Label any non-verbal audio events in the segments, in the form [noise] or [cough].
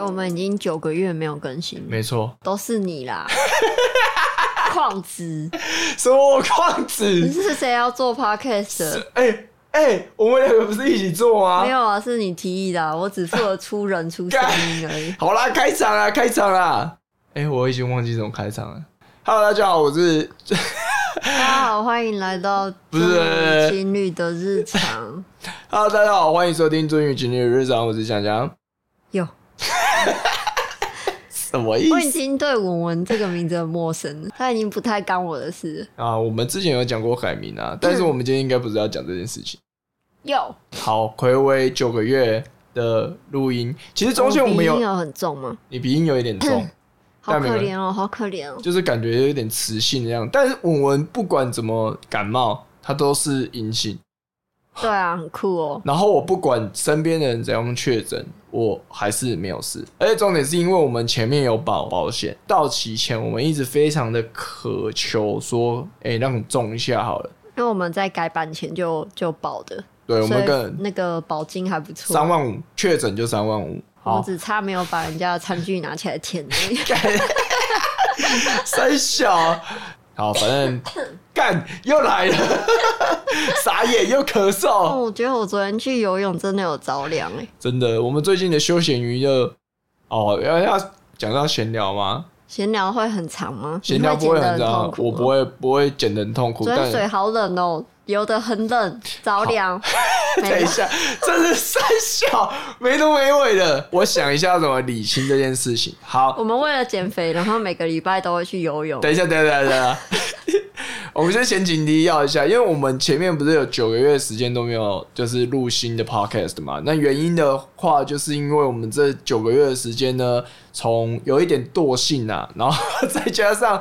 我们已经九个月没有更新了，没错，都是你啦， [laughs] 矿子，什么矿你子？是谁要做 podcast 的？哎哎、我们两个不是一起做吗没？有啊，是你提议的啊、我只负责出人出声音 [laughs]。而已好啦，开场啦，开场啦！哎、我已经忘记怎么开场了。Hello，大家好，我是大家好，欢迎来到不是祝情侣的日 [laughs] 常。 Hello，大家好，欢迎收听《尊与情侣日常》，我是想想。哟，什么意我已思经对文文这个名字很陌生了，他已经不太干我的事了。啊？我们之前有讲过海明嗯啊，但是我们今天应该不是要讲这件事情。哟，好，暌违九个月的录音，其实中间我们鼻音有有很重吗？你鼻音有一 [coughs] 点重，好但没可关怜哦，好可怜哦。就是感觉有点磁性的样子。但是文文不管怎么感冒，它都是阴性。对啊，很酷哦。然后我不管身边的人怎样确诊，我还是没有事。而且重点是因为我们前面有保保险，到期前我们一直非常的渴求说，哎、让你中一下好了。因为我们在改版前就就保的，对，我所们以跟那个保金还不错，啊三万五确诊就三万五，我们好，只差没有把人家的餐具拿起来舔 [laughs] 而已。三小，好，反正干又来了， [laughs] 傻眼又咳嗽。哦我觉得我昨天去游泳真的有着凉哎，真的，我们最近的休闲娱乐，哦，要要讲到闲聊吗？闲聊会很长吗？闲聊你不会会觉得很很长啊痛，苦我吗不。会不会剪得很痛苦。昨天水但好冷哦，游的很冷，着凉。 [laughs] 没等一有下， [laughs] 这是三小没头没尾的。我想一下要怎么理清这件事情。好，我们为了减肥，然后每个礼拜都会去游泳。等一下，等一下，等一下。 [laughs] 我们先前情提要一下，因为我们前面不是有九个月的时间都没有就是录新的 podcast 嘛？那原因的话，就是因为我们这九个月的时间呢，从有一点惰性啊，然后 [laughs] 再加上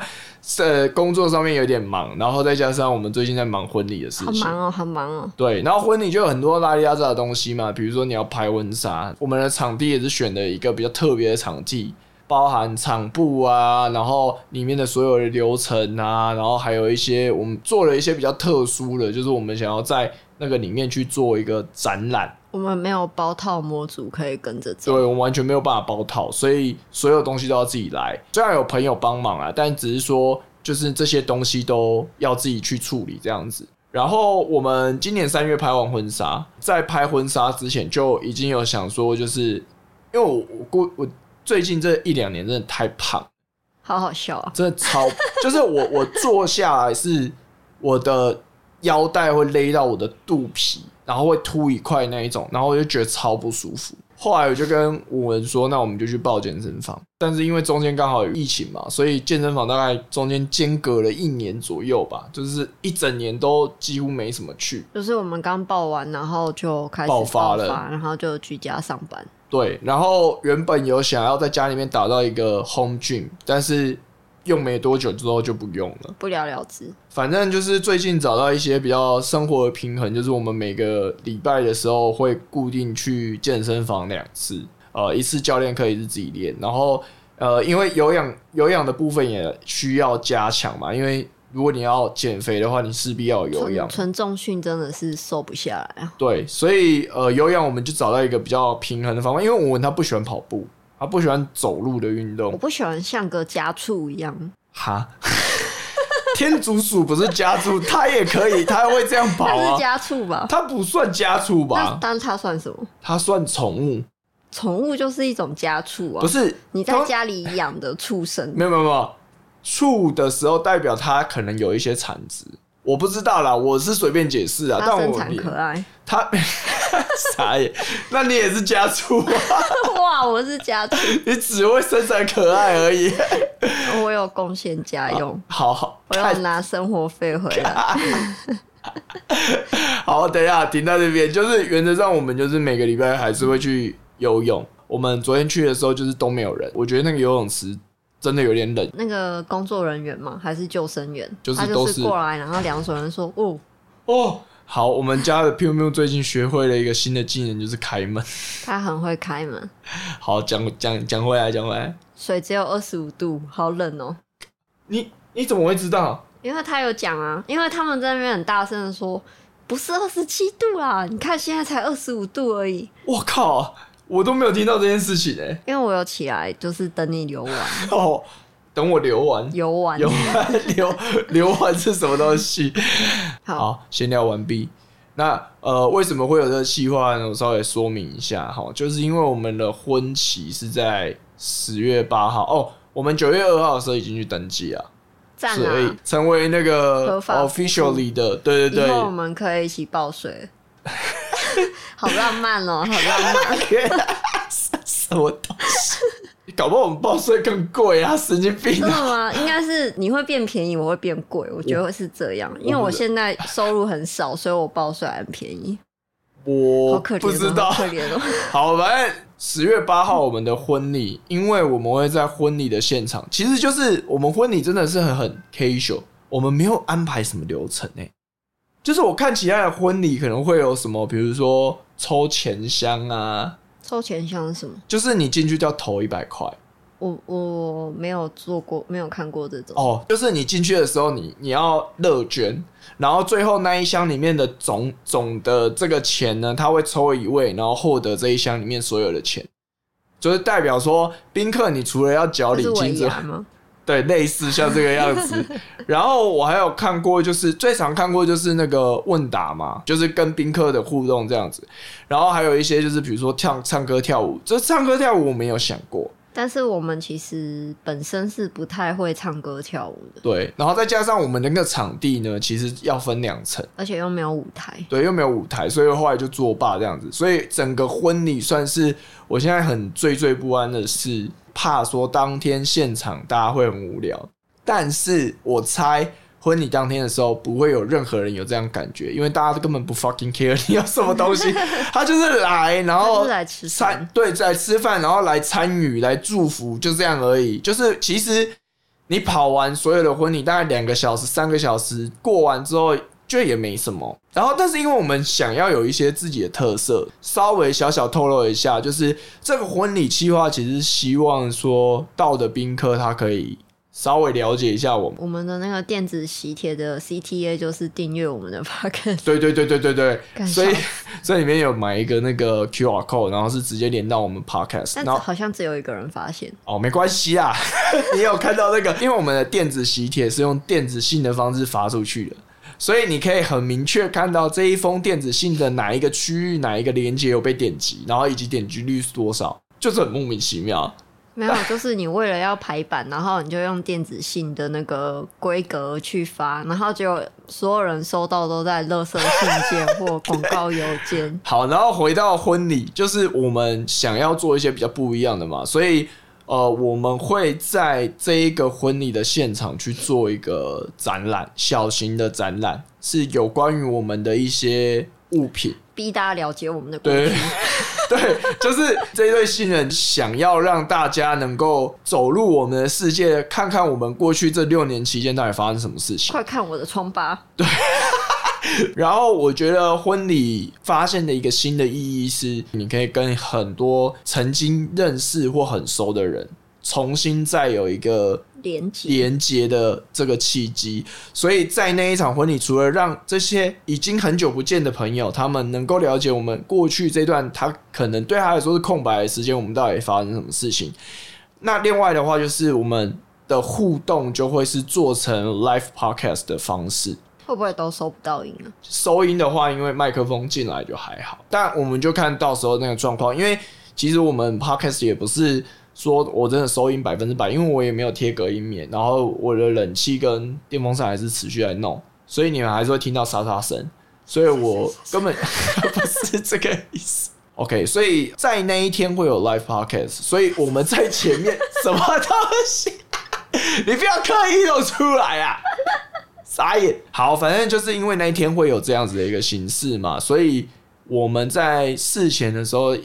呃工作上面有点忙，然后再加上我们最近在忙婚礼的事好情，忙哦，好忙哦。对，然后婚礼就有很多拉里拉杂的东西嘛，比如说你要拍婚纱，我们的场地也是选了一个比较特别的场地，包含场布啊，然后里面的所有的流程啊，然后还有一些我们做了一些比较特殊的，就是我们想要在那个里面去做一个展览。我们没有包套模组可以跟着走对，。我们完全没有办法包套，所以所有东西都要自己来。虽然有朋友帮忙啊，但只是说就是这些东西都要自己去处理这样子。然后我们今年三月拍完婚纱，在拍婚纱之前就已经有想说，就是因为我我过我最近这一两年真的太胖，好好笑啊！真的超，就是我我坐下来是我的腰带会勒到我的肚皮，然后会凸一块那一种，然后我就觉得超不舒服。后来我就跟武文说，那我们就去报健身房，但是因为中间刚好有疫情嘛，所以健身房大概中间间隔了一年左右吧，就是一整年都几乎没什么去。就是我们刚报完，然后就开始爆发发了然后就居家上班。对，然后原本有想要在家里面打造一个 home gym，但是用没多久之后就不用了。不了了之。反正就是最近找到一些比较生活的平衡，就是我们每个礼拜的时候会固定去健身房两次，呃，一次教练课，一次自己练。然后呃，因为有氧有氧的部分也需要加强嘛，因为如果你要减肥的话，你势必要有有氧纯。纯重训真的是瘦不下来啊！对，所以呃，有氧我们就找到一个比较平衡的方法，因为我文他不喜欢跑步，他不喜欢走路的运动我，不喜欢像个家畜一样，哈。 [laughs] 天竺鼠不是家畜，它也可以，它会这样跑它啊是。家畜吧？它不算家畜那吧？但它算什么？它算宠物，宠物就是一种家畜啊！不是？你在通家里养的畜生，没有没有没有，畜的时候代表它可能有一些残值，我不知道啦，我是随便解释啊。但它生我产可爱。 [laughs] 它 [laughs] 傻眼，那你也是家畜 [laughs] 啊？哇，我是家畜，你只会生产可爱而已。我有贡献啊家用，好好我要看，拿生活费回来。好，等一下停在这边，就是原则上我们就是每个礼拜还是会去游泳。我们昨天去的时候就是都没有人，我觉得那个游泳池真的有点冷。那个工作人员嘛，还是救生员，就是他就都是是过来，然后凉水人说：“哦，哦，好，我们家的 Piu Piu 最近学会了一个新的技能，就是开门。他很会开门，好，讲讲讲回来，讲回来，水只有二十五度，好冷哦。”你你怎么会知道？因为他有讲啊，因为他们在那边很大声的说，不是二十七度啦，你看现在才二十五度而已。我靠！我都没有听到这件事情哎、因为我有起来就是等你游 [laughs] 玩，哦，等我留完，游玩游完 [laughs] 留留完是什么东西？好， [laughs] 好，闲聊完毕。那呃，为什么会有这个计划呢？我稍微说明一下哈，就是因为我们的婚期是在十月八号哦，我们九月二号的时候已经去登记了，赞所以啊！哎成为那个合法夫妇 officially 的，对以对后我们可以一起抱睡， [laughs] 好浪漫哦，好浪漫。对， [laughs] 什么东西？搞不好我们报税更贵啊！神经病真的啊！吗？应该是你会变便宜，我会变贵，我觉得是这样，因为我现在收入很少，所以我报税很便宜，我好可怜、哦，不知道好，可怜哦。 [laughs] 好，反正十月八号我们的婚礼，因为我们会在婚礼的现场，其实就是我们婚礼真的是很很 casual，我们没有安排什么流程诶、就是我看其他的婚礼可能会有什么，比如说抽钱箱啊，抽钱箱是什么？就是你进去就要投一百块我我没有做过，没有看过这种。哦，就是你进去的时候你你要乐捐，然后最后那一箱里面的总总的这个钱呢，他会抽一位，然后获得这一箱里面所有的钱。就是代表说，宾客你除了要缴这礼是金尾之外牙，吗？对，类似像这个 [laughs] 样子。然后我还有看过，就是最常看过就是那个问答嘛，就是跟宾客的互动这样子。然后还有一些就是比如说唱唱歌跳舞，这唱歌跳舞我没有想过，但是我们其实本身是不太会唱歌跳舞的，对。然后再加上我们那个场地呢，其实要分两层，而且又没有舞台。对，又没有舞台，所以后来就作罢这样子。所以整个婚礼算是我现在很惴惴不安的是，怕说当天现场大家会很无聊。但是我猜婚礼当天的时候，不会有任何人有这样感觉，因为大家都根本不 fucking care 你要什么 [laughs] 东西，他就是来，然他就后是来吃饭参对，来吃饭，然后来参与，来祝福，就这样而已。就是其实你跑完所有的婚礼，大概两个小时、三个小时过完之后，就也没什么。然后，但是因为我们想要有一些自己的特色，稍微小小透露一下，就是这个婚礼计划其实是希望说到的宾客他可以稍微了解一下我们。我们的那个电子喜帖的 CTA 就是订阅我们的 [laughs] p o c k e t 对对对对对对，感所以 [laughs] 伤这里面有买一个那个 QR code，然后是直接连到我们 podcast，但然后好像只有一个人发 [laughs] 现。哦，没关系啦，你有看到那个，因为我们的电子喜帖是用电子信的方式发出去的，所以你可以很明确看到这一封电子信的哪一个区域、哪一个连接有被点击，然后以及点击率是多少，就是很莫名其妙。没有，就是你为了要排版，然后你就用电子信的那个规格去发，然后结果所有人收到都在垃圾信件或广告邮 [laughs] 件。好，然后回到婚礼，就是我们想要做一些比较不一样的嘛，所以呃，我们会在这一个婚礼的现场去做一个展览，小型的展览是有关于我们的一些物品。逼大家了解我们的过对去， [laughs] 对，就是这一对新人想要让大家能够走入我们的世界，看看我们过去这六年期间到底发生什么事情。快看我的疮疤！然后我觉得婚礼发现的一个新的意义是，你可以跟很多曾经认识或很熟的人，重新再有一个连接连接的这个契机，所以在那一场婚礼，除了让这些已经很久不见的朋友，他们能够了解我们过去这段他可能对他来说是空白的时间，我们到底发生什么事情。那另外的话，就是我们的互动就会是做成 live podcast 的方式。会不会都收不到音啊？收音的话，因为麦克风进来就还好，但我们就看到时候那个状况。因为其实我们 podcast 也不是说我真的收音百分之百，因为我也没有贴隔音棉，然后我的冷气跟电风扇还是持续在弄，所以你们还是会听到沙沙声。所以我根本不是这个意思。OK，所以在那一天会有 live podcast，所以我们在前面 [laughs] 什么东西，你不要刻意露出来啊！傻眼。好，反正就是因为那一天会有这样子的一个形式嘛，所以我们在事前的时候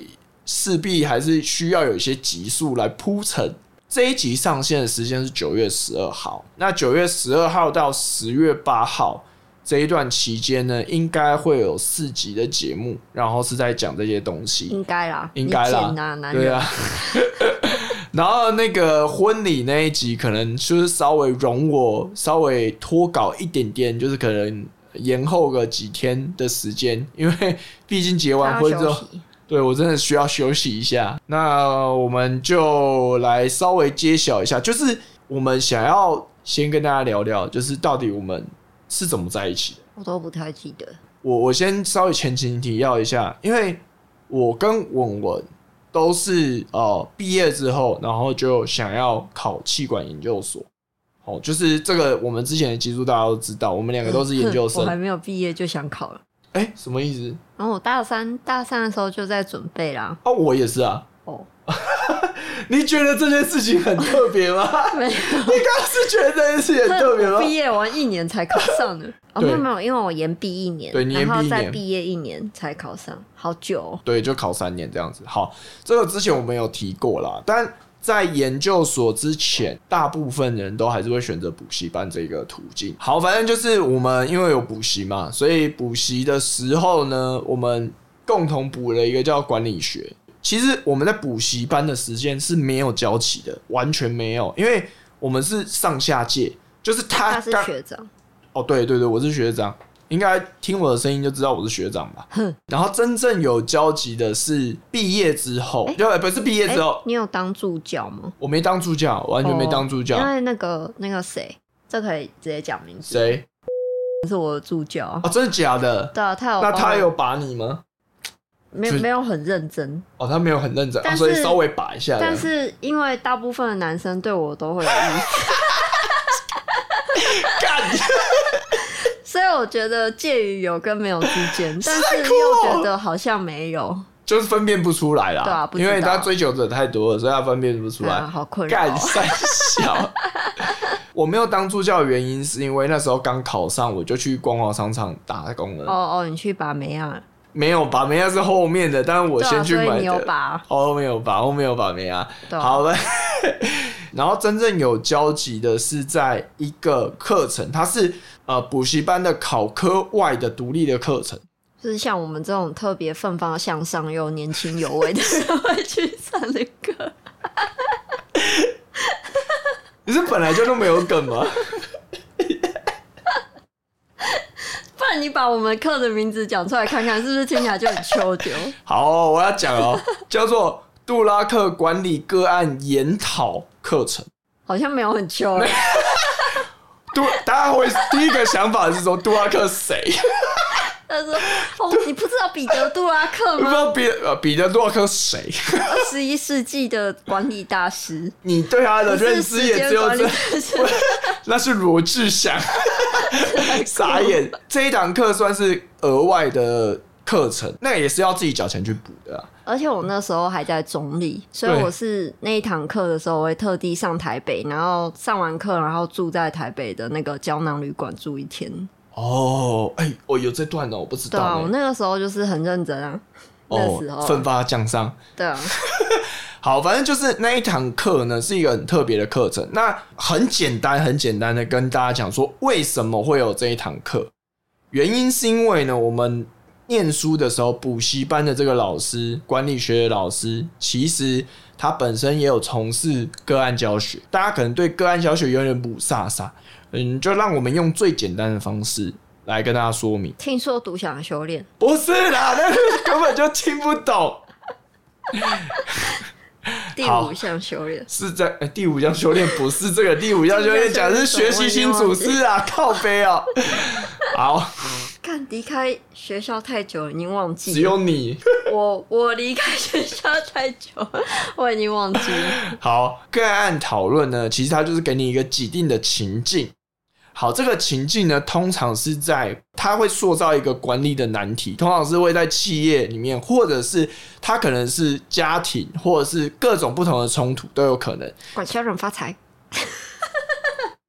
势必还是需要有一些集数来铺陈。这一集上线的时间是九月十二号，那九月十二号到十月八号这一段期间呢，应该会有四集的节目，然后是在讲这些东西。应该啦，应该你啦剪啊，男对人。啊。 [laughs] 然后那个婚礼那一集，可能就是稍微容我稍微脱稿一点点，就是可能延后个几天的时间，因为毕竟结他完要婚之休后，息，对我真的需要休息一下。那我们就来稍微揭晓一下，就是我们想要先跟大家聊聊，就是到底我们是怎么在一起的。我都不太记得。我我先稍微前情提要一下，因为我跟文文都是呃毕业之后，然后就想要考气管研究所。哦，就是这个，我们之前的集数大家都知道，我们两个都是研究嗯生 [laughs] 我。还没有毕业就想考了。哎、什么意思？然后我大三大三的时候就在准备啦。哦，我也是啊。 [laughs] 哦，你觉得这件事情很特别吗？ [laughs] 没有，你刚刚是觉得这件事情很特别吗我？毕业完一年才考上的。哦，没对有没有，因为我延毕一年，对你延然后毕一再年毕业一年才考上，好久、哦。对，就考三年这样子。好，这个之前我们有提过啦，但在研究所之前，大部分人都还是会选择补习班这个途径。好，反正就是我们因为有补习嘛，所以补习的时候呢，我们共同补了一个叫管理学。其实我们在补习班的时间是没有交集的，完全没有，因为我们是上下届，就是他他是刚学长，哦，对对对，我是学长，应该听我的声音就知道我是学长吧。然后真正有交集的是毕业之后，对、不是毕业哎之后，你有当助教吗？我没当助教，完全没当助教因。为那个那个谁，这可以直接讲名字，谁、是我的助教啊。哦，真的假的？对啊，他有那帮他我有把你吗？没有没有很认真，哦，他没有很认真，但哦、所以是稍微把一下这样。但是因为大部分的男生对我都会有意思， [laughs] 干， [laughs] 所以我觉得介于有跟没有之间，但 [laughs] 是酷哦又觉得好像没有，就是分辨不出来啦。对啊不知因道为他追求者太多了，所以他分辨不出来。啊，好困扰干哦。三小。 [laughs] 我没有当助教的原因是因为那时候刚考上，我就去光华商场打工了。哦哦，你去把梅亚，没有把梅亚是后面的，但是我对啊，先去所以买你有的。把，后面有把，后面有把梅亚。对啊好了， [laughs] 然后真正有交集的是在一个课程，它是呃补习班的考科外的独立的课程。就是像我们这种特别奋发向上又年轻有为的人 [laughs] 会去上的课。你是本来就那么有 [laughs] 梗吗？不然你把我们课的名字讲出来看看，是不是听起来就很秋究？好、哦，我要讲哦，叫做杜拉克管理个案研讨课程。好像没有很秋，欸杜，大家会第一个想法是说杜拉克谁？但是哦，你不知道彼得杜拉克不知吗？道彼呃彼得杜拉克谁？二十一世纪的管理大师，你对他的不认是知时也只间有管理这大。师，那是罗志祥， [laughs] 傻眼。这一堂课算是额外的课程，那也是要自己缴钱去补的、啊。而且我那时候还在中立，所对以我是那一堂课的时候，我会特地上台北，然后上完课，然后住在台北的那个胶囊旅馆住一天。哦，哎、我有这段呢、我不知对啊，道我呢、那个时候就是很认真啊，那时哦，候奋发向上。对啊，好，反正就是那一堂课呢，是一个很特别的课程。那很简单，很简单的跟大家讲说，为什么会有这一堂课？原因是因为呢，我们念书的时候，补习班的这个老师，管理学的老师，其实他本身也有从事个案教学。大家可能对个案教学有点不飒飒，嗯，就让我们用最简单的方式来跟大家说明。听说独享修炼，不是啦，那个根本就听不懂。第好五项修炼，是在、呃第五项修炼，不是这个第五项修炼讲的是学习新组织啊，靠背啊。好，看离开学校太久，已经忘只记了。有你我我离开学校太久，我已经忘记 [laughs] 了。好个案讨论呢，其实它就是给你一个既定的情境。好，这个情境呢，通常是在它会塑造一个管理的难题，通常是会在企业里面，或者是它可能是家庭，或者是各种不同的冲突都有可能。管销人发财，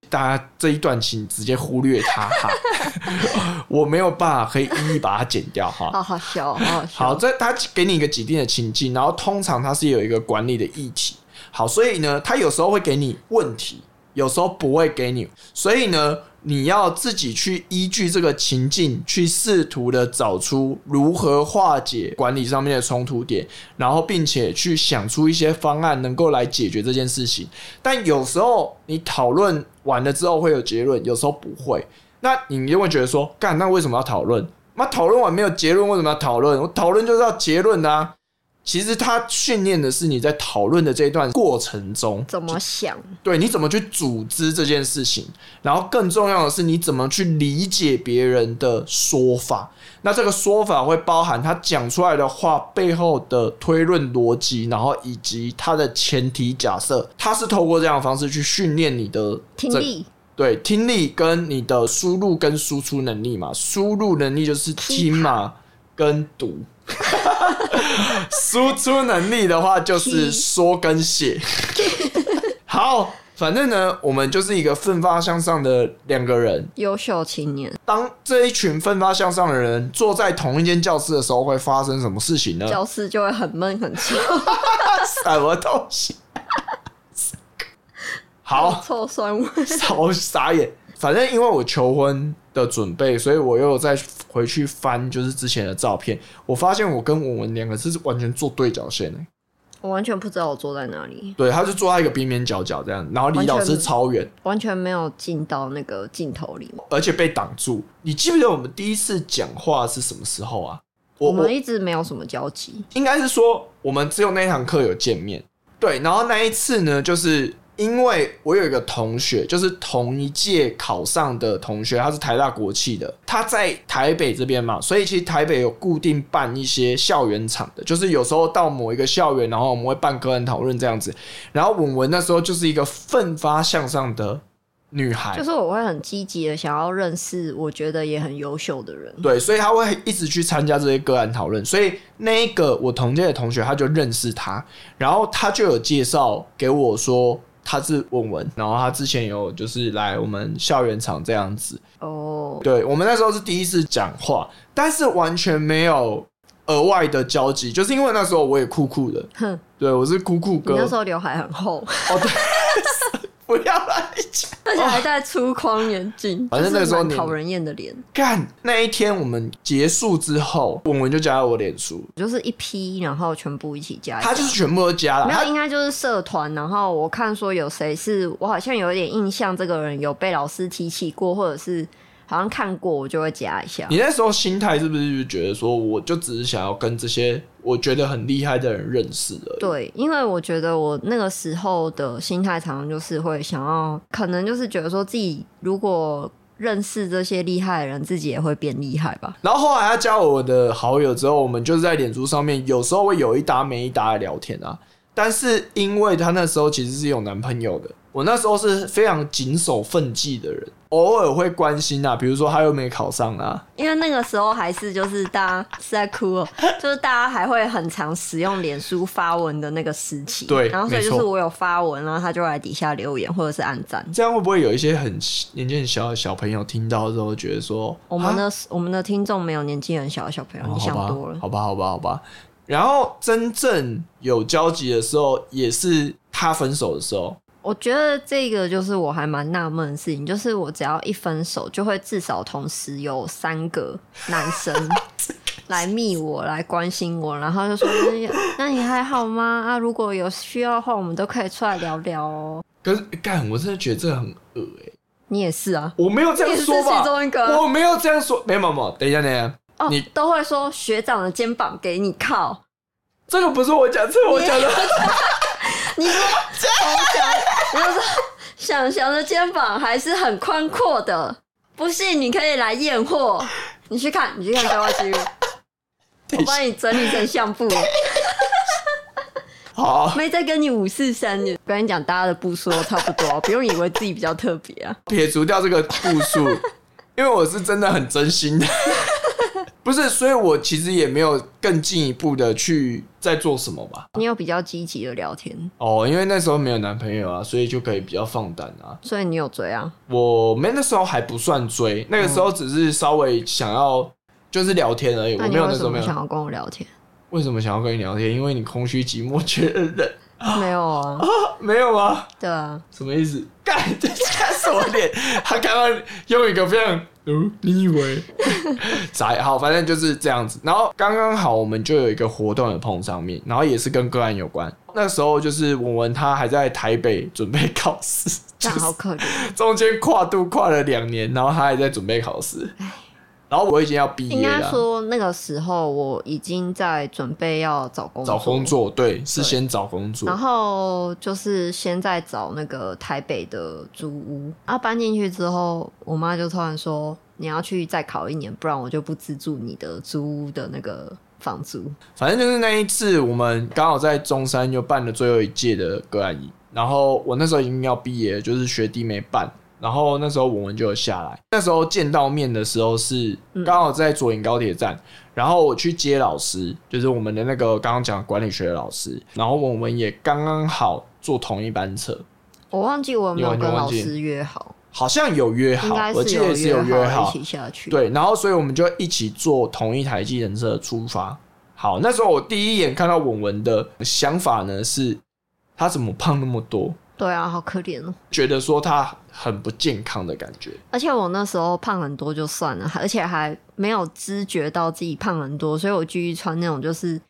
大家这一段请直接忽略它哈，我没有办法可以一一把它剪掉哈。好好笑哦，好好笑。好，这他给你一个既定的情境，然后通常它是有一个管理的议题。好，所以呢，他有时候会给你问题，有时候不会给你，所以呢，你要自己去依据这个情境去试图的找出如何化解管理上面的冲突点，然后并且去想出一些方案能够来解决这件事情。但有时候你讨论完了之后会有结论，有时候不会。那你就会觉得说，干，那为什么要讨论？那讨论完没有结论，为什么要讨论？我讨论就是要结论啊。其实他训练的是你在讨论的这一段过程中，怎么想？对你怎么去组织这件事情，然后更重要的是你怎么去理解别人的说法。那这个说法会包含他讲出来的话背后的推论逻辑，然后以及他的前提假设。他是透过这样的方式去训练你的听这力对听力跟你的输入跟输出能力嘛，输入能力就是听嘛跟读，输出能力的话就是说跟写。好，反正呢，我们就是一个奋发向上的两个人。优秀青年当这一群奋发向上的人坐在同一间教室的时候，会发生什么事情呢？啊教室就会很闷很 [laughs] 臭，什么东西？好，臭酸味。 [laughs] 超傻眼。反正因为我求婚的准备，所以我又再回去翻就是之前的照片，我发现我跟文文两个是完全做对角线的、 [laughs] 我完全不知道我坐在哪里，对，他就坐在一个边边角角这样，然后离老师超远，完全没有进到那个镜头里。而且被挡住。你记不记得我们第一次讲话是什么时候啊？我我我们一直没有什么交集，应该是说我们只有那一堂课有见面，对，然后那一次呢，就是因为我有一个同学，就是同一届考上的同学，他是台大国企的，他在台北这边嘛，所以其实台北有固定办一些校园场的，就是有时候到某一个校园，然后我们会办个人讨论这样子，然后文文那时候就是一个奋发向上的女孩就，是我会很积极的想要认识我觉得也很优秀的人。对，所以他会一直去参加这些个案讨论，所以那一个我同届的同学他就认识他，然后他就有介绍给我说他是文文，然后他之前有就是来我们校园场这样子，哦、对我们那时候是第一次讲话，但是完全没有额外的交集，就是因为那时候我也酷酷的，哼，对我是酷酷你哥，那时哦候刘海很 [laughs] 厚，对，不要来讲。而且还戴粗框眼镜， [laughs] 反正那时候就是蛮你讨人厌的脸，干那一天我们结束之后，文文就加了我脸书，就是一批，然后全部一起加一加。他就是全部都加了，没他有，应该就是社团。然后我看说有谁是我好像有一点印象，这个人有被老师提起过，或者是好像看过，我就会加一下。你那时候心态是不是就觉得说，我就只是想要跟这些我觉得很厉害的人认识而已？对，因为我觉得我那个时候的心态常常就是会想要，可能就是觉得说自己如果认识这些厉害的人，自己也会变厉害吧。然后后来他加我的好友之后，我们就是在脸书上面有时候会有一搭没一搭的聊天啊。但是因为他那时候其实是有男朋友的，我那时候是非常谨守奋纪的人，偶尔会关心啊，比如说他又没考上啊，因为那个时候还是就是大家是在哭哦， [laughs] 就是大家还会很常使用脸书发文的那个时期。对然后所以就没是错我有发文，然后他就来底下留言或者是按赞。这样会不会有一些很年纪很小的小朋友听到之后觉得说，我啊们的、我们的听众没有年纪很小的小朋友，哦你想好吧多了。好吧，好吧，好吧。然后真正有交集的时候，也是他分手的时候。我觉得这个就是我还蛮纳闷的事情，就是我只要一分手，就会至少同时有三个男 [laughs] 生来密我，来关心我，然后就说：“哎那那你还好吗？啊，如果有需要的话，我们都可以出来聊聊哦。可是干，我真的觉得这很恶哎、”你也是啊，我没有这你也样是说其吧？中一个啊我没有这样说，没有没有没有，等一下等一下，哦你，都会说学长的肩膀给你靠。这个不是我讲，这个我讲的。你说从小，然后说想翔的肩膀还是很宽阔的，不信你可以来验货，你去看，你去看对话 [laughs] 记录，我帮你整理成相簿了，好，没再跟你五四三的。跟你讲，大家的步数都差不多，不用以为自己比较特别 [laughs] 啊。撇除掉这个步数，因为我是真的很真心的。不是，所以我其实也没有更进一步的去在做什么吧。你有比较积极的聊天，哦，因为那时候没有男朋友啊，所以就可以比较放胆啊。所以你有追啊？我没那时候还不算追，那个时候只是稍微想要就是聊天而已，那我你没有为那时什候没么想有。要跟我聊 [gasps] 天？为什么想要跟你聊天？因为你空虚寂寞缺了人，没有啊，哦没有吗？对啊，什么意思？ [laughs] 干，这吓死我脸！他刚刚用一个非常，嗯，你以为？ [laughs] 傻眼，好，反正就是这样子。然后刚刚好，我们就有一个活动的碰上面，然后也是跟个案有关。那时候就是文文他还在台北准备考试， [laughs] 这样好可怜。中间跨度跨了两年，然后他还在准备考试。然后我已经要毕应业该了，说那个时候我已经在准备要找工作，找工作，对，是先找工作然。后就是先在找那个台北的租屋，啊，搬进去之后，我妈就突然说你要去再考一年，不然我就不资助你的租屋的那个房租。反正就是那一次，我们刚好在中山又办了最后一届的个案营，然后我那时候已经要毕业了，就是学弟没办，然后那时候我们就有下来，那时候见到面的时候是嗯刚好在左营高铁站，然后我去接老师，就是我们的那个刚刚讲的管理学的老师，然后我们也刚刚好坐同一班车，我忘记我有没有啊你完全跟老忘记师约好，好像有约应好该，我是记得是有约约好一，起下去。，对，然后所以我们就一起坐同一台计程车出发。好，那时候我第一眼看到文文的想法呢是，他怎么胖那么多？对啊，好可怜哦。觉得说他很不健康的感觉。而且我那时候胖很多就算了，而且还没有知觉到自己胖很多，所以我继续穿那种就是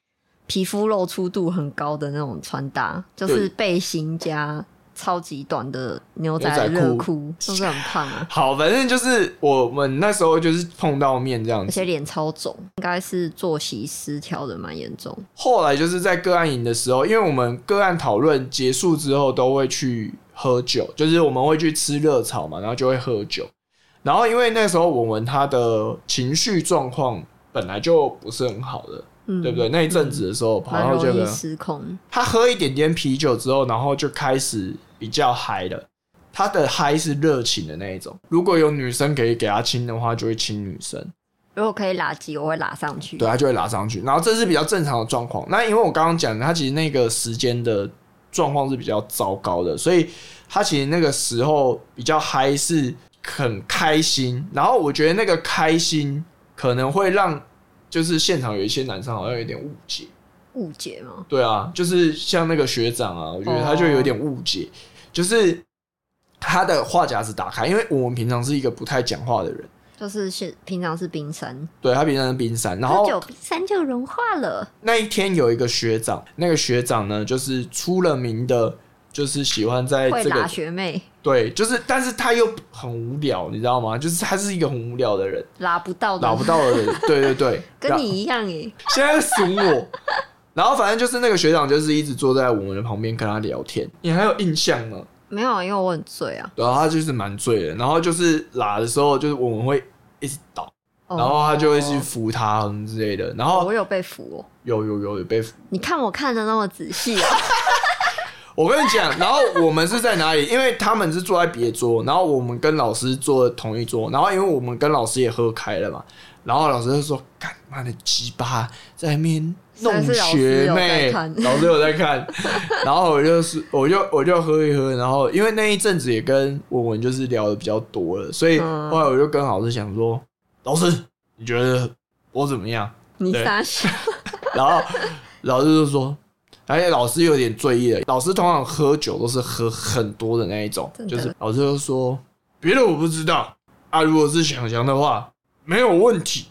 皮肤露出度很高的那种穿搭，就是对背心加超级短的牛牛仔仔热裤。裤，就是很胖啊 [laughs] 好，反正就是我们那时候就是碰到面这样而子。且脸超肿，应该是作息失调的蛮严重。后来就是在个案营的时候，因为我们个案讨论结束之后都会去喝酒，就是我们会去吃热炒嘛，然后就会喝酒。然后因为那时候文文他的情绪状况本来就不是很好的，嗯，对不对？那一阵子的时候，跑蛮到这容易个，失控。他喝一点点啤酒之后，然后就开始比较嗨了。他的嗨是热情的那一种，如果有女生可以给他亲的话，就会亲女生，如果可以拉鸡，我会拉上去。对啊他就会拉上去。然后这是比较正常的状况。那因为我刚刚讲的，他其实那个时间的状况是比较糟糕的，所以他其实那个时候比较嗨是很开心。然后我觉得那个开心可能会让就是现场有一些男生好像有点误解。误解嘛，对啊，就是像那个学长啊，我觉得他就有点误解，就是他的话匣子打开，因为我们平常是一个不太讲话的人，就是是平常是冰山，对他平常是冰山，然喝后酒冰山就融化了。那一天有一个学长，那个学长呢，就是出了名的，就是喜欢在会哎这打个学妹，对，就是但是他又很无聊，你知道吗？就是他是一个很无聊的人，拉不到的，拿不到 [laughs] 的人，对对对，跟你一样欸耶。现在损我。然后反正就是那个学长，就是一直坐在我们的旁边跟他聊天。你还有印象吗？没有，因为我很醉啊。然后他就是蛮醉的，然后就是拉的时候，就是我们会一直倒，哦然后他就会去扶他什么之类的，然后我有被扶哦。有有有有被扶。你看我看的那么仔细哦，我跟你讲，然后我们是在哪里？因为他们是坐在别桌，然后我们跟老师坐同一桌，然后因为我们跟老师也喝开了嘛，然后老师就说：“干妈的鸡巴，在那边弄学妹。”但是老师有在看，然后我就是我就我就喝一喝，然后因为那一阵子也跟文文就是聊的比较多了，所以嗯后来我就跟老师想说：“老师，你觉得我怎么样？” [laughs] 你对傻笑。然后老师就说，而且老师有点醉意了。老师通常喝酒都是喝很多的那一种真，的就是老师就说别的我不知道啊，如果是想象的话没有问题。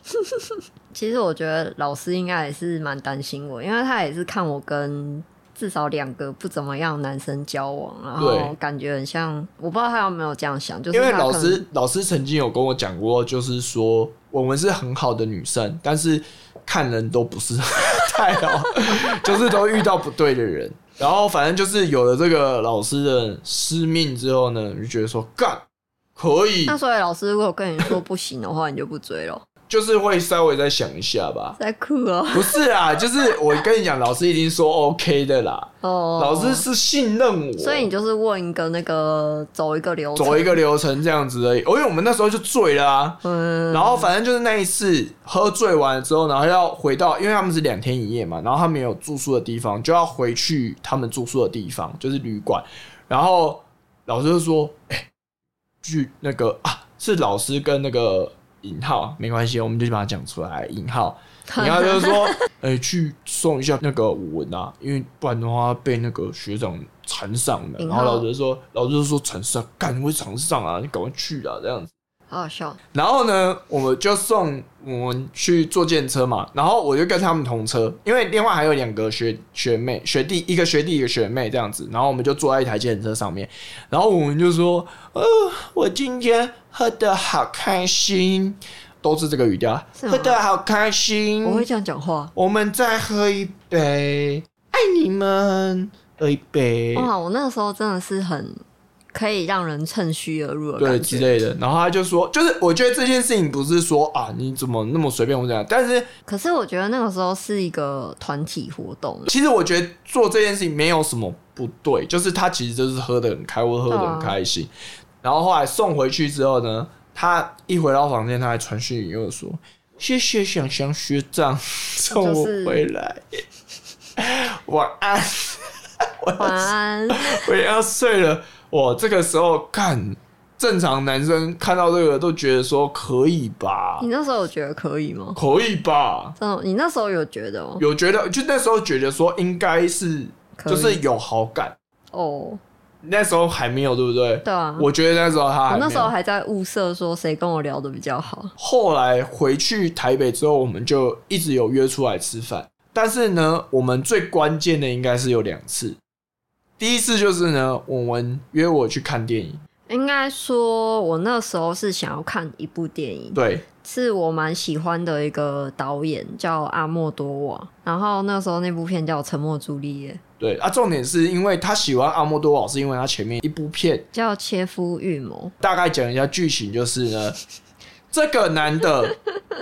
其实我觉得老师应该也是蛮担心我，因为他也是看我跟至少两个不怎么样的男生交往，然后对感觉很像，我不知道他有没有这样想，就是因为他可老能师老师曾经有跟我讲过，就是说我们是很好的女生，但是看人都不是 [laughs] 太好，就是都遇到不对的人。然后反正就是有了这个老师的师命之后呢，你就觉得说干可以，那所以老师如果跟你说不行的话，你就不追了，就是会稍微再想一下吧。 [laughs] 在哭哦。不是啊， [laughs] 就是我跟你讲，老师一定说 OK 的啦。哦，老师是信任我，所以你就是问一个那个走一个流程，走一个流程这样子而已。哦因为我们那时候就醉了啊，嗯，然后反正就是那一次喝醉完之后，然后要回到，因为他们是两天一夜嘛，然后他们有住宿的地方，就要回去他们住宿的地方，就是旅馆。然后老师就说：“哎、据那个啊，是老师跟那个尹浩，没关系，我们就把它讲出来。尹浩， [laughs] 尹浩就是说，哎、去送一下那个武文啊，因为不然的话被那个学长缠上了。尹然浩后老师就说，老师就说缠上，干你会缠上啊，你赶快去啊，这样子。”好好笑，然后呢，我们就送我们去坐电车嘛，然后我就跟他们同车，因为另外还有两个学学妹、学弟，一个学弟一个学妹这样子，然后我们就坐在一台电车上面，然后我们就说，呃，我今天喝的好开心，都是这个语调，是吗哦喝的好开心，我会这样讲话。我们再喝一杯，爱你们，喝一杯，哇，我那个时候真的是很可以让人趁虚而入的对感之觉。类的。然后他就说，就是我觉得这件事情不是说啊，你怎么那么随便我这样，但是可是我觉得那个时候是一个团体活 [laughs] 动，其实我觉得做这件事情没有什么不对，就是他其实就是喝的很开，我喝的很开心。哦然后后来送回去之后呢，他一回到房间，他还传讯给我说：“谢谢想想学长送我回来， [laughs] 晚安，晚安。我也要睡了。”我这个时候看正常男生看到这个都觉得说可以吧你，那时候有觉得可以吗？可以吧，真的，你那时候有觉得哦？有觉得就那时候觉得说应该是可以就是有好感。哦，那时候还没有，对不对？对啊，我觉得那时候他我还没有那时候还在物色说谁跟我聊的比较好。后来回去台北之后，我们就一直有约出来吃饭。但是呢，我们最关键的应该是有两次。第一次就是呢，文文约我去看电影，应该说，我那时候是想要看一部电影，对，是我蛮喜欢的一个导演叫阿莫多瓦，然后那时候那部片叫《沉默朱丽叶》，对啊。重点是因为他喜欢阿莫多瓦，是因为他前面一部片叫《切夫预谋大概讲一下剧情，就是呢，这个男的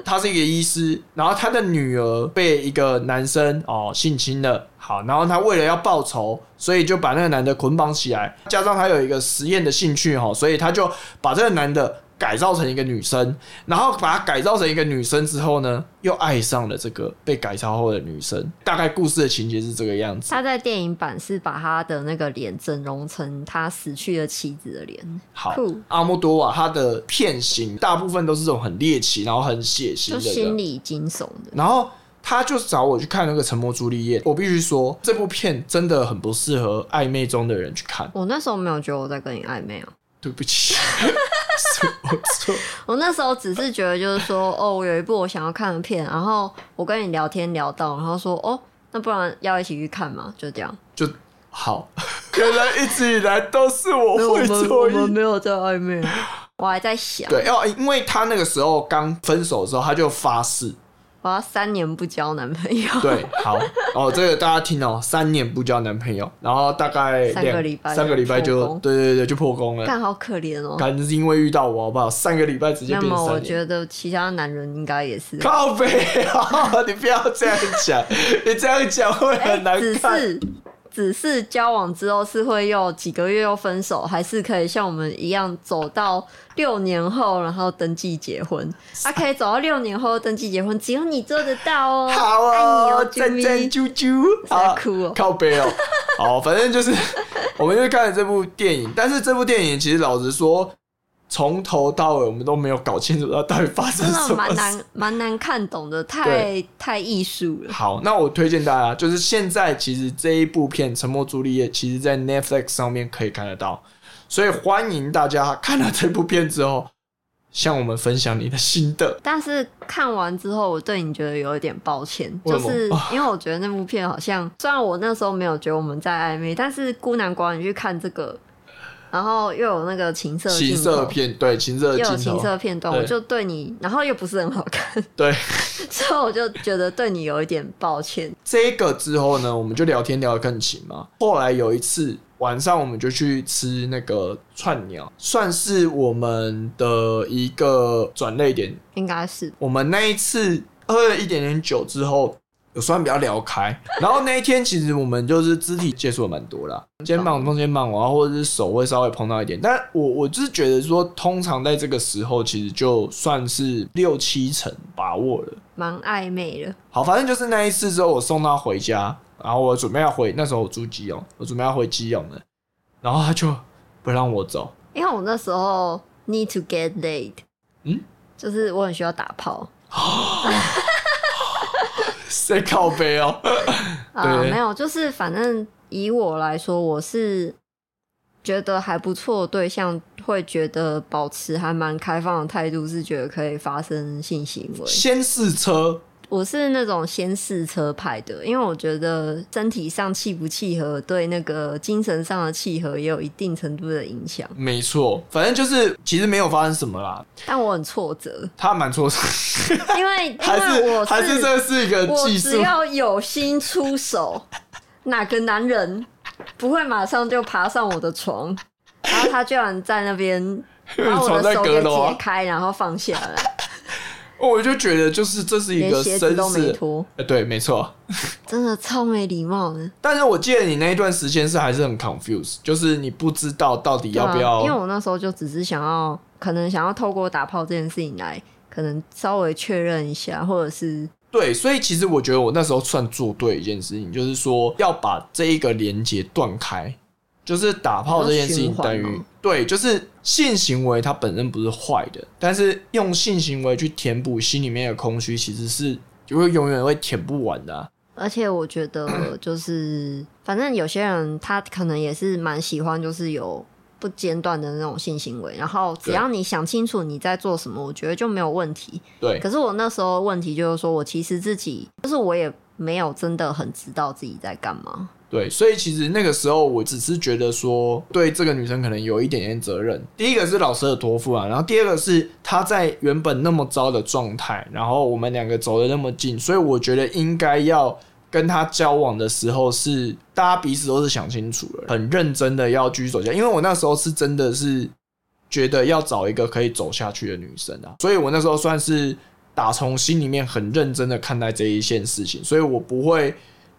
他是一个医师，然后他的女儿被一个男生哦性侵了，好，然后他为了要报仇，所以就把那个男的捆绑起来，加上他有一个实验的兴趣哦，所以他就把这个男的改造成一个女生，然后把他改造成一个女生之后呢，又爱上了这个被改造后的女生。大概故事的情节是这个样》。子，他在电影版是把他的那个脸整容成他死去的妻子的脸，好酷。阿莫多瓦他的片型大部分都是这种很猎奇，然后很血腥就的这样，心理惊悚的。然后他就找我去看那个《沉默朱丽叶》，我必须说这部片真的很不适合暧昧中的人去看。我那时候没有觉得我在跟你暧昧啊，对不 [laughs] 起，是我错。我那时候只是觉得就是 [laughs] 说，哦，我有一部我想要看的片，然后我跟你聊天聊到，然后说，哦，那不然要一起去看嘛，就这样。就好，原来一直以来都是我会错意。没有在暧昧，啊 [laughs] 我还在想，对，要因为他那个时候刚分手的时候，他就发誓，我要三年不交男朋友， [laughs] [laughs] 对，好，哦，这个大家听哦，三年不交男朋友，然后大概三两个礼拜三个礼拜就破就，功对对对，就破功了。但好可怜哦。感觉是因为遇到我，好不好？三个礼拜直接那变么成我三年。觉得其他男人应该也是，靠背啊！ [laughs] 你不要这样讲，你这样讲会很难哎只看。是只是交往之后是会又几个月又分手，还是可以像我们一样走到六年后，然后登记结婚？啊，可以走到六年后登记结婚，只有你做得到哦。好爱哦，你赞赞哦，啾咪。啾啾，在好哭哦靠背哦。好，反正就是 [laughs] 我们就看了这部电影，但是这部电影其实老实说，从头到尾我们都没有搞清楚它到底发生真什的蛮么事。难蛮难看懂的，太太艺术了。好，那我推荐大家，就是现在其实这一部片《沉默朱丽叶》，其实在 Netflix 上面可以看得到，所以欢迎大家看了这部片之后，向我们分享你的心得。但是看完之后，我对你觉得有一点抱歉，为就什么 [laughs] 是因为我觉得那部片好像，虽然我那时候没有觉得我们在暧昧，但是孤男寡女去看这个，然后又有那个情色情镜色头，片，对情又色镜有头，情色片段，对我就对你，然后又不是很好看， [laughs] 对所以我就觉得对你有一点抱歉。这个之后呢，我们就聊天聊得更勤嘛。后来有一次晚上，我们就去吃那个串鸟，算是我们的一个转类点。应该是我们那一次喝了一点点酒之后，有算比较聊开。然后那一天其实我们就是肢体接触的蛮多啦，肩膀碰肩膀，然后或者是手会稍微碰到一点。但我我就是觉得说，通常在这个时候，其实就算是六七成把握了。蛮暧昧的，好，反正就是那一次之后，我送他回家，然后我准备要回，那时候我住基隆，我准备要回基隆了，然后他就不让我走，因为我那时候 need to get laid，嗯，就是我很需要打炮。谁靠背哦？啊、对没有，就是反正以我来说，我是觉得还不错的对象，会觉得保持还蛮开放的态度，是觉得可以发生性行为。先试车，我是那种先试车派的，因为我觉得身体上契不契合，对那个精神上的契合也有一定程度的影响。没错，反正就是其实没有发生什么啦，但我很挫折，他 [laughs] 蛮挫折，因为因 [laughs] 还是为我还是这是一个我技只术，要有心出 [laughs] 手，哪个男人不会马上就爬上我的床？然后他居然在那边把我 [laughs] 床的在手阁给楼啊解开，然后放下来，我就觉得就是这是一连个鞋绅子都没士，脱，呃，对，没错。真的超没礼貌的。但是我记得你那一段时间是还是很 confused，就是你不知道到底要不对啊要，因为我那时候就只是想要，可能想要透过打炮这件事情来，可能稍微确认一下，或者是对，所以其实我觉得我那时候算做对一件事情，就是说要把这一个连接断开，就是打炮这件事情要循环哦等于吗对，就是性行为它本身不是坏的，但是用性行为去填补心里面的空虚，其实是就会永远会填不完的啊、而且我觉 [clears throat] 得就是，反正有些人他可能也是蛮喜欢，就是有不间断的那种性行为。然后只对要你想清楚你在做什么，我觉得就没有问题。对，可是我那时候问题就是说，我其实自己就是我也没有真的很知道自己在干嘛。对，所以其实那个时候我只是觉得说，对这个女生可能有一点点责任。第一个是老师的托付啊，然后第二个是她在原本那么糟的状态，然后我们两个走的那么近，所以我觉得应该要跟她交往的时候是大家彼此都是想清楚了，很认真的要继续走下去。因为我那时候是真的是觉得要找一个可以走下去的女生啊，所以我那时候算是打从心里面很认真的看待这一件事情，所以我不会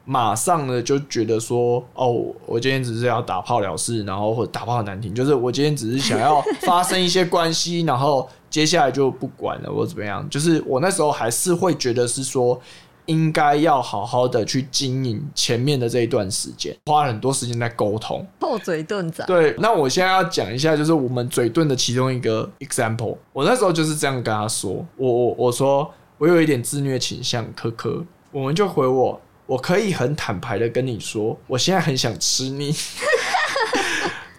马上的就觉得说，哦，我今天只是要打炮了事，然后或者打炮很难听，就是我今天只是想要发生一些关系，然后接下来就不管了，我怎么样？就是我那时候还是会觉得是说。应该要好好的去经营前面的这一段时间，花了很多时间在沟通，后嘴遁仔，对，那我现在要讲一下，就是我们嘴遁的其中一个 example。我那时候就是这样跟他说，我我我说我有一点自虐倾向，科科，我们就回我，我可以很坦白的跟你说，我现在很想吃你， [laughs]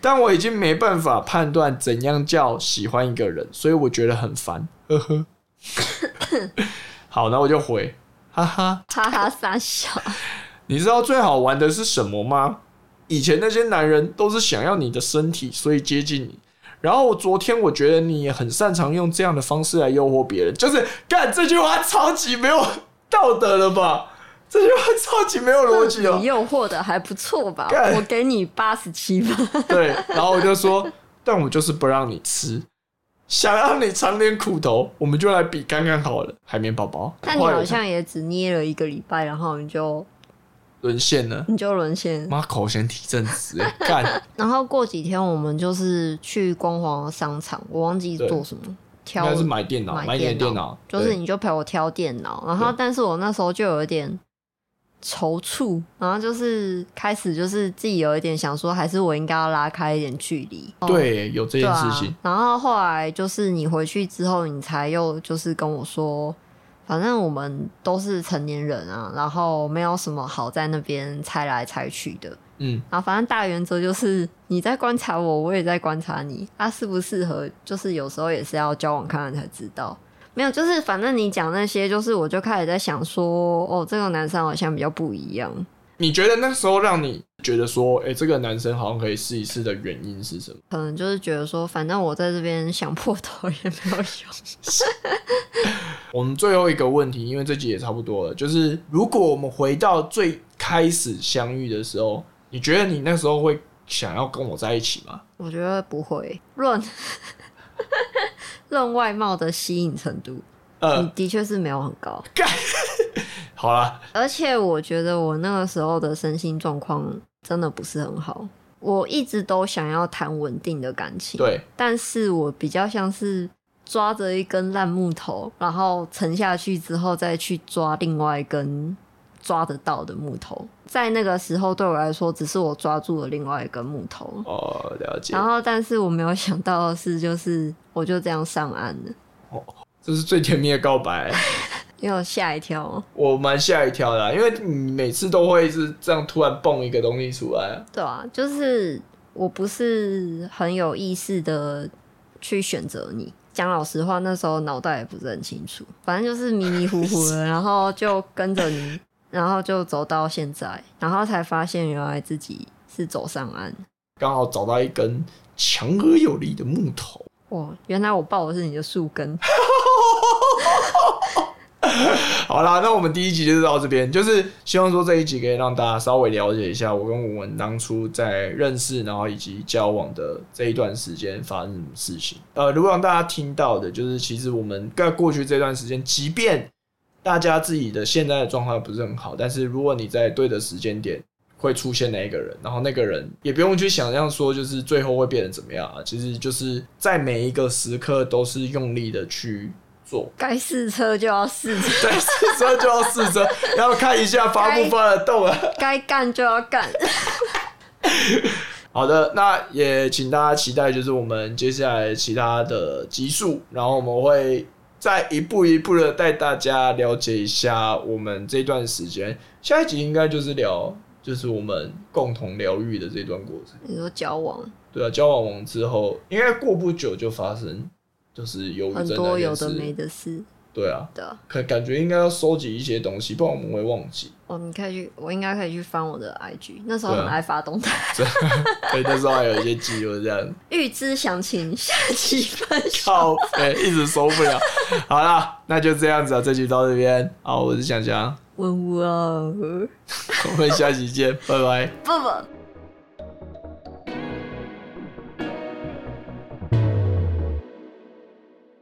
但我已经没办法判断怎样叫喜欢一个人，所以我觉得很烦，呵呵。好，那我就回，哈哈，哈哈傻 [laughs] 笑。你知道最好玩的是什么吗？以前那些男人都是想要你的身体，所以接近你。然后我昨天我觉得你也很擅长用这样的方式来诱惑别人，就是干这句话超级没有道德了吧？这句话超级没有逻 [laughs] 辑你了。诱惑的还不错吧？干我给你八十七分。 [laughs] 对，然后我就说，但我就是不让你吃，想让你尝点苦头，我们就来比看看好了。海绵宝宝，但你好像也只捏了一个礼拜，然后你就沦陷了，你就沦陷。妈口嫌体 [laughs] 正直，欸干然后过几天我们就是去光华商场，我忘记做什么，应挑该是买电脑，买一点电脑，就是对你就陪我挑电脑。然后对但是我那时候就有一点踌躇，然后就是开始就是自己有一点想说，还是我应该要拉开一点距离。哦对，有这对件啊事情。然后后来就是你回去之后，你才又就是跟我说，反正我们都是成年人啊，然后没有什么好在那边猜来猜去的。嗯，然后反正大原则就是你在观察我，我也在观察你，啊适不适合，就是有时候也是要交往看看才知道。没有，就是反正你讲那些，就是我就开始在想说，哦，这个男生好像比较不一样。你觉得那时候让你觉得说，哎、这个男生好像可以试一试的原因是什么？可能就是觉得说，反正我在这边想破头也没有用。我们最后一个问题，因为这集也差不多了，就是如果我们回到最开始相遇的时候，你觉得你那时候会想要跟我在一起吗？我觉得不会论 [laughs] 论外貌的吸引程度，你呃，的确是没有很高。好啦，而且我觉得我那个时候的身心状况真的不是很好。我一直都想要谈稳定的感情，对，但是我比较像是抓着一根烂木头，然后沉下去之后再去抓另外一根抓得到的木头。在那个时候，对我来说，只是我抓住了另外一根木头。哦，了解然，后，但是我没有想到的是，就是我就这样上岸了，这是最甜蜜的告白、因为我吓一跳，哦我蛮吓一跳的啊、因为你每次都会是这样突然蹦一个东西出来啊，对啊，就是我不是很有意识的去选择你，讲老实话，那时候脑袋也不是很清楚，反正就是迷迷糊糊 [laughs] 的，然后就跟着你，然后就走到现在，然后才发现原来自己是走上岸。刚好找到一根强而有力的木头。哇，原来我抱的是你的树根。 [laughs] 好啦，那我们第一集就是到这边，就是希望说这一集可以让大家稍微了解一下我跟文文当初在认识，然后以及交往的这一段时间发生什么事情。呃，如果让大家听到的，就是其实我们在过去这段时间，即便大家自己的现在的状况不是很好，但是如果你在对的时间点会出现那一个人，然后那个人也不用去想象说就是最后会变成怎么样啊，其实就是在每一个时刻都是用力的去做，该试车就要试车，对，试车就要试车，要看一下发不发得动啊。该干就要干。 [laughs] 好的，那也请大家期待，就是我们接下来其他的集数，然后我们会再一步一步的带大家了解一下我们这段时间。下一集应该就是聊，就是我们共同疗愈的这段过程。你说交往对啊，交往完之后，应该过不久就发生，就是忧郁很症多那有件的没事。的事对啊，的，可感觉应该要收集一些东西，不然我们会忘记。哦，你可以去，我应该可以去翻我的 IG，那时候很对啊爱发动态。 [laughs] 所以那时候还有一些记录这样。预知详情，下期分享。 [laughs] 靠北，一直受不了。好啦，那就这样子啊，这集到这边。好，我是想想，文文，我们下期见，拜拜。不不。